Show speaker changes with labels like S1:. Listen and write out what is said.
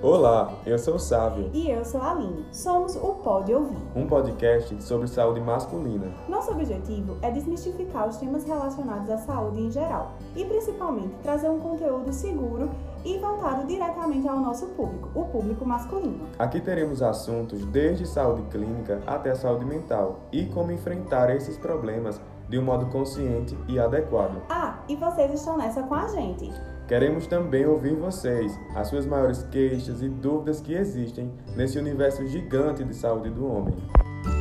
S1: Olá, eu sou o Sávio,
S2: E eu sou a Aline. Somos o Pode Ouvir.
S1: um podcast sobre saúde masculina.
S2: Nosso objetivo é desmistificar os temas relacionados à saúde em geral e principalmente trazer um conteúdo seguro e voltado diretamente ao nosso público, o público masculino.
S1: Aqui teremos assuntos desde saúde clínica até saúde mental e como enfrentar esses problemas de um modo consciente e adequado.
S2: Ah, e vocês estão nessa com a gente.
S1: Queremos também ouvir vocês, as suas maiores queixas e dúvidas que existem nesse universo gigante de saúde do homem.